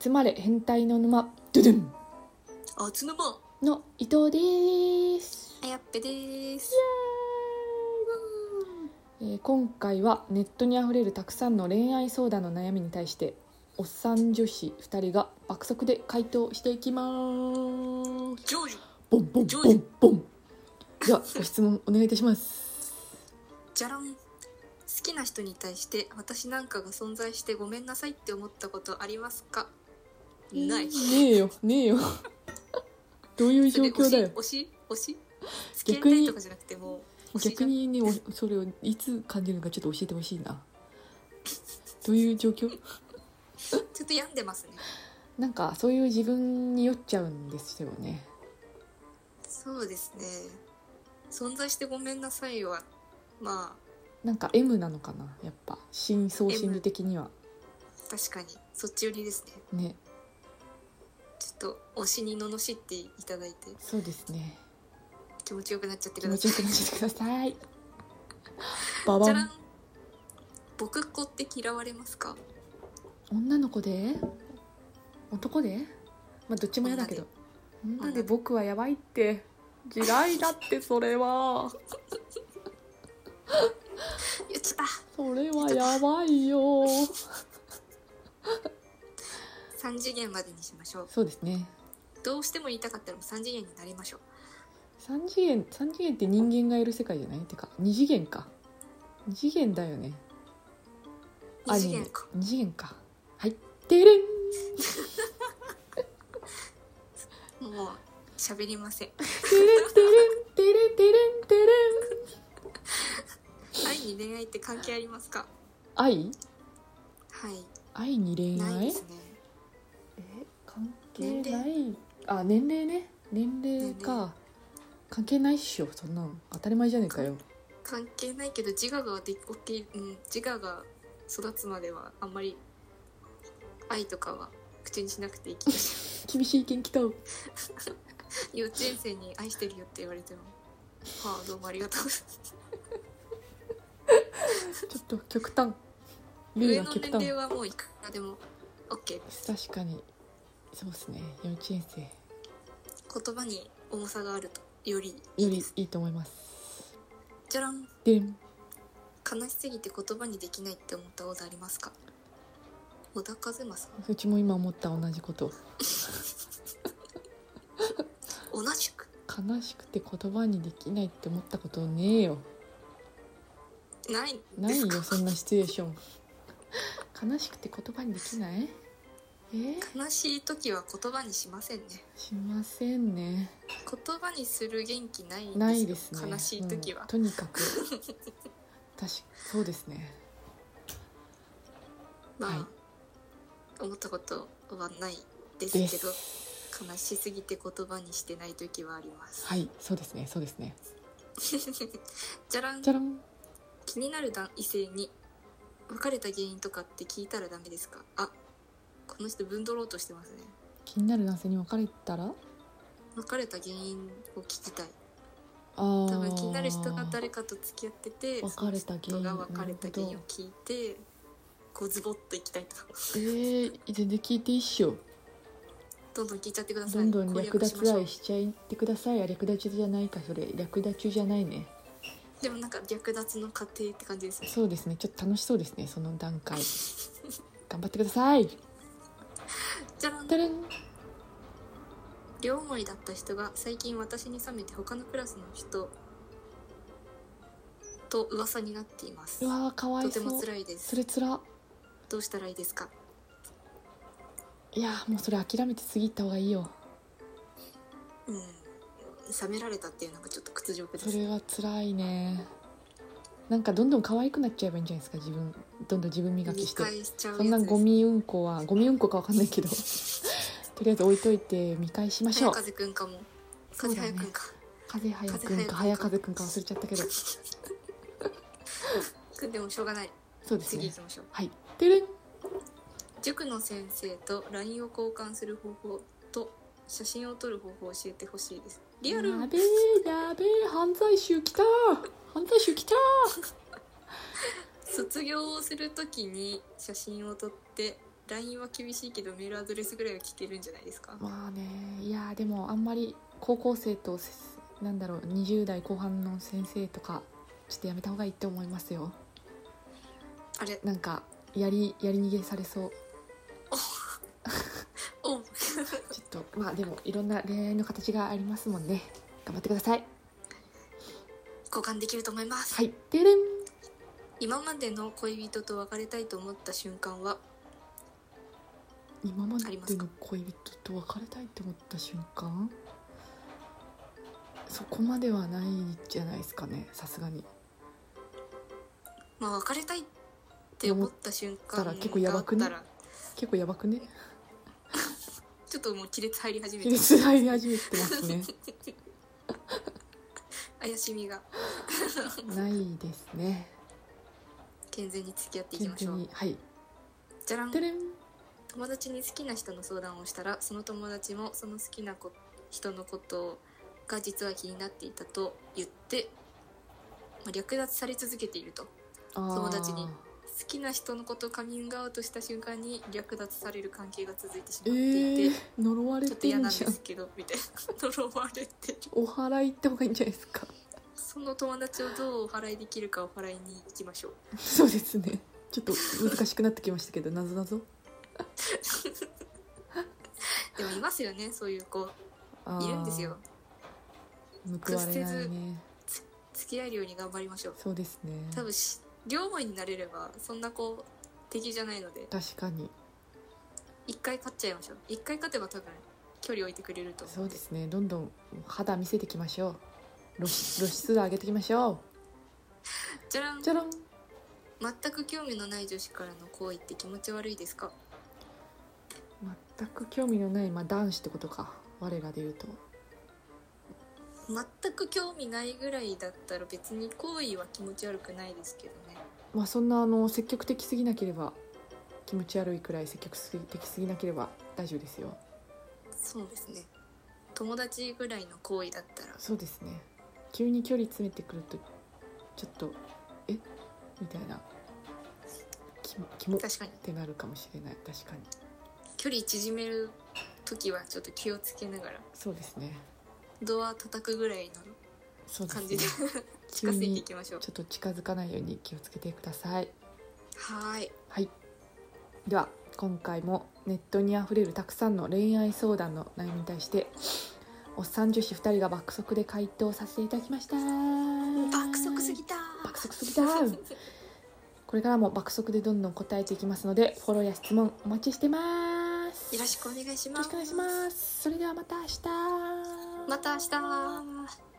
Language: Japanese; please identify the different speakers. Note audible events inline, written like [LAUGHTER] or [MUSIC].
Speaker 1: 集まれ変態の沼ドゥドゥン
Speaker 2: あつぬま
Speaker 1: の伊藤です、
Speaker 2: あやっぺです
Speaker 1: えー今回はネットにあふれるたくさんの恋愛相談の悩みに対しておっさん女子2人が爆速で回答していきます
Speaker 2: ジョージ
Speaker 1: ボンボンボンボンではご質問お願いいたします
Speaker 2: じゃらん好きな人に対して私なんかが存在してごめんなさいって思ったことありますかない
Speaker 1: ねえよねえ
Speaker 2: [LAUGHS]
Speaker 1: よどういう状況だよ
Speaker 2: 推し推し推し
Speaker 1: 逆に
Speaker 2: 付き合いたいとかじゃなくてもう推しじ
Speaker 1: 逆
Speaker 2: ゃん
Speaker 1: にねおそれをいつ感じるのかちょっと教えてほしいなどういう状況
Speaker 2: ちょっと病んでますね
Speaker 1: なんかそういう自分に酔っちゃうんですよね
Speaker 2: そうですね存在してごめんなさいはまあ
Speaker 1: なんか M なのかなやっぱ深層心理的には
Speaker 2: 確かにそっち寄りですね
Speaker 1: ね
Speaker 2: ちょっと推しに罵っていただいて
Speaker 1: そうですね
Speaker 2: 気持ちよくなっちゃって
Speaker 1: 気
Speaker 2: く
Speaker 1: 持
Speaker 2: だ
Speaker 1: ち
Speaker 2: さい
Speaker 1: よくなっちゃってくださ
Speaker 2: [LAUGHS]
Speaker 1: いバ
Speaker 2: じ
Speaker 1: バ
Speaker 2: ゃらん
Speaker 1: ン
Speaker 2: 僕っ子って嫌われますか
Speaker 1: 女の子で男でまあどっちも嫌だけど女で僕はやばいって地雷だってそれ
Speaker 2: [LAUGHS]
Speaker 1: は
Speaker 2: 言っちゃっ
Speaker 1: それはやばいよ
Speaker 2: た3次元までにしましょう
Speaker 1: そうですね
Speaker 2: どうしても言いたかったら3次元になりましょう
Speaker 1: 3次元三次元って人間がいる世界じゃないてか2次元か2次元だよね
Speaker 2: 2次元か
Speaker 1: アニメ二次元かはいてれん
Speaker 2: もう喋りません
Speaker 1: てれんてれんてれんてれんてれん
Speaker 2: 愛に恋愛って関係ありますか
Speaker 1: 愛
Speaker 2: はい
Speaker 1: 愛に恋
Speaker 2: ないで
Speaker 1: 愛
Speaker 2: すね
Speaker 1: え関係ないあ年齢ね年齢
Speaker 2: 年
Speaker 1: か関係ないっしょそんなの当たり前じゃねえかよ
Speaker 2: 関係ないけど自我がで大きい、うん、自我が育つまではあんまり愛とかは口にしなくていい気がし
Speaker 1: 厳しい意見来た
Speaker 2: ます幼稚園生に愛してるよって言われてもはあどうもありがとう
Speaker 1: ちょっと極端例
Speaker 2: 上
Speaker 1: が
Speaker 2: の
Speaker 1: 極
Speaker 2: 年齢
Speaker 1: 端
Speaker 2: はもういくらでも OK
Speaker 1: 確かにそうですね幼稚園生
Speaker 2: 言葉に重さがあるとよりい
Speaker 1: よ
Speaker 2: いで
Speaker 1: り
Speaker 2: す
Speaker 1: いいと思います
Speaker 2: じゃらん
Speaker 1: でん
Speaker 2: 悲しすぎて言葉にできないって思ったことありますか小田和正
Speaker 1: うちも今思った同じこと
Speaker 2: 同じく
Speaker 1: 悲しくて言葉にできないって思ったことねえよ
Speaker 2: ないん
Speaker 1: な
Speaker 2: で
Speaker 1: い
Speaker 2: す
Speaker 1: よ
Speaker 2: か
Speaker 1: そんなシチュエーション悲しくて言葉にできないえー、
Speaker 2: 悲しい時は言葉にしませんね
Speaker 1: しませんね
Speaker 2: 言葉にする元気ないんですよ
Speaker 1: ないですね
Speaker 2: 悲しい時
Speaker 1: う
Speaker 2: は
Speaker 1: ん、とにかく確かそうですね
Speaker 2: まあ、
Speaker 1: は
Speaker 2: 思ったことはないです
Speaker 1: で
Speaker 2: けど
Speaker 1: す
Speaker 2: 悲しすぎて言葉にしてない時はあります、
Speaker 1: はいそうですねそうですね
Speaker 2: じゃらん
Speaker 1: じゃらん
Speaker 2: 気になる男異性に別れた原因とかって聞いたらダメですかあこの人ぶんどろうとしてますね
Speaker 1: 気になる男性に別れたら
Speaker 2: 別れた原因を聞きたい
Speaker 1: あ
Speaker 2: 多
Speaker 1: 多
Speaker 2: 分気になる人が誰かと付き合ってて
Speaker 1: 別れた原因
Speaker 2: その人が別れた原
Speaker 1: な
Speaker 2: 因
Speaker 1: る
Speaker 2: を聞いてこうズボッといきたいと
Speaker 1: えー、全然聞いていいっしょ
Speaker 2: どんどん聞いちゃってくださ
Speaker 1: ど
Speaker 2: い
Speaker 1: んどん
Speaker 2: 攻
Speaker 1: 略
Speaker 2: 略しまし
Speaker 1: 奪
Speaker 2: ょう
Speaker 1: 愛しちゃいってくださいあ略奪じゃないかそれ略奪じゃないね
Speaker 2: でもなんか略奪の過程って感じですね
Speaker 1: そうですねちょっと楽しそうですねその段
Speaker 2: [LAUGHS]
Speaker 1: 階頑張ってください
Speaker 2: じゃらん
Speaker 1: てれん
Speaker 2: 両思いだった人が最近私に冷めて他のクラスの人と噂になっています
Speaker 1: うわーかわ
Speaker 2: と
Speaker 1: い
Speaker 2: て
Speaker 1: そう
Speaker 2: も辛いです
Speaker 1: それつら
Speaker 2: どうしたらいいですか
Speaker 1: いやーもうそれ諦めて過ぎた方がいいよ
Speaker 2: うん冷められたっていうのがちょっと屈辱です
Speaker 1: それは辛いねなんかどんどん可愛くなっちゃえばいいんじゃないですか自分どんどん自分磨き
Speaker 2: 見
Speaker 1: して
Speaker 2: 返しちゃうやつ
Speaker 1: そんなゴミうんこはゴミうんこかわかんない
Speaker 2: [LAUGHS]
Speaker 1: けどとりあえず置いといて見返しましょ
Speaker 2: 早
Speaker 1: う
Speaker 2: 風くんかも
Speaker 1: そう
Speaker 2: 風
Speaker 1: だね
Speaker 2: 早くんか
Speaker 1: 風早くんか
Speaker 2: 風早
Speaker 1: 早
Speaker 2: くん
Speaker 1: 風
Speaker 2: か
Speaker 1: くんか忘れちゃったけど
Speaker 2: でもしょうがない
Speaker 1: そうです
Speaker 2: 次
Speaker 1: ね
Speaker 2: 行きましょう
Speaker 1: はいてれん
Speaker 2: 塾の先生と LINE を交換する方法と写真を撮る方法を教えてほしいですリアル
Speaker 1: やべえやべえ犯罪集来た犯罪集来た
Speaker 2: 卒業をするときに写真を撮って LINE は厳しいけどメールアドレスぐらいは聞けるんじゃないですか
Speaker 1: まあねいやーでもあんまり高校生とせなんだろう20代後半の先生とかちょっとやめた方がいいって思いますよ
Speaker 2: あれ
Speaker 1: なんかやりやり逃げされそう
Speaker 2: おう
Speaker 1: ちょっとまあでもいろんな恋愛の形がありますもんね頑張ってください
Speaker 2: 交換できると思います、
Speaker 1: はいてれん
Speaker 2: 今までの恋人と別れたいと思った瞬間は
Speaker 1: 今まで
Speaker 2: あります
Speaker 1: の
Speaker 2: か
Speaker 1: 恋人と別れたいって思った瞬間そこまではないんじゃないですかねさすがに
Speaker 2: まあ別れたいって思った瞬
Speaker 1: 思っ
Speaker 2: 間
Speaker 1: た
Speaker 2: が
Speaker 1: ら
Speaker 2: あっ
Speaker 1: 結構やばくね
Speaker 2: たら
Speaker 1: 結構やばくね
Speaker 2: ちょっともう亀裂入り始め
Speaker 1: [LAUGHS] 切
Speaker 2: て
Speaker 1: りつらい始めてます
Speaker 2: [LAUGHS]
Speaker 1: ね
Speaker 2: 怪しみが
Speaker 1: ないですね
Speaker 2: 健全に付き合っていき
Speaker 1: 全
Speaker 2: ましょ
Speaker 1: 然
Speaker 2: う
Speaker 1: にはい
Speaker 2: じゃらん
Speaker 1: てれん
Speaker 2: 友達に好きな人の相談をしたらその友達もその好きな子人のことが実は気になっていたと言って、まあ、略奪され続けていると好
Speaker 1: 友
Speaker 2: 達にきな人のことをカミングアウトした瞬間に略奪される関係が続いてし
Speaker 1: え
Speaker 2: まっていて、
Speaker 1: ー、呪われ
Speaker 2: ちょっと
Speaker 1: て
Speaker 2: 嫌
Speaker 1: ん
Speaker 2: なん
Speaker 1: じ
Speaker 2: で
Speaker 1: ゃん
Speaker 2: すけどみたいな呪われてる
Speaker 1: お祓い行った方がいいんじゃないですか
Speaker 2: その友達をどうお払いできるかお払いに行きましょう
Speaker 1: そうですねちょっと難しくなってきましたけどなぞなぞ
Speaker 2: でもいますよねそういう子いるんですよ
Speaker 1: 報われないね
Speaker 2: 付き合えるように頑張りましょう
Speaker 1: そうですね
Speaker 2: 多分し両思いになれればそんな子敵じゃないので
Speaker 1: 確かに
Speaker 2: 一回勝っちゃいましょう一回勝てば多分距離置いてくれると
Speaker 1: そうですねどんどん肌見せてきましょう露出露出度上げていきましょ
Speaker 2: じゃらん
Speaker 1: うじゃらん
Speaker 2: 全く興味のない女子からの行為って気持ち悪いですか
Speaker 1: 全く興味のない、まあ、男子ってことか我らで言うと
Speaker 2: 全く興味ないぐらいだったら別に行為は気持ち悪くないですけどね
Speaker 1: まあそんなあの積極的すぎなければ気持ち悪いくらい積極的すぎなければ大丈夫ですよ
Speaker 2: そうですね友達ぐらいの行為だったら
Speaker 1: そうですね急に距離詰めてくるとちょっとえみたいなきキモっ
Speaker 2: 確かに
Speaker 1: てなるかもしれない確かに
Speaker 2: 距離縮める時はちょっと気をつけながら
Speaker 1: そうですね
Speaker 2: ドア叩くぐらい
Speaker 1: そうです
Speaker 2: の感
Speaker 1: [LAUGHS]
Speaker 2: じ
Speaker 1: ね
Speaker 2: で近づいていきましょう
Speaker 1: ちょっと近づかないように気をつけてください
Speaker 2: はーい
Speaker 1: はい。では今回もネットにあふれるたくさんの恋愛相談の悩みに対しておっさん女子2人が爆速で回答させていただきました
Speaker 2: 爆速すぎた
Speaker 1: 爆速すぎ
Speaker 2: [LAUGHS]
Speaker 1: たこれからも爆速でどんどん答えていきますのでフォローや質問お待ちしてます
Speaker 2: よろしくお願いし
Speaker 1: よろ
Speaker 2: ま
Speaker 1: し
Speaker 2: す
Speaker 1: くお願いしますそれではまた明日
Speaker 2: また明日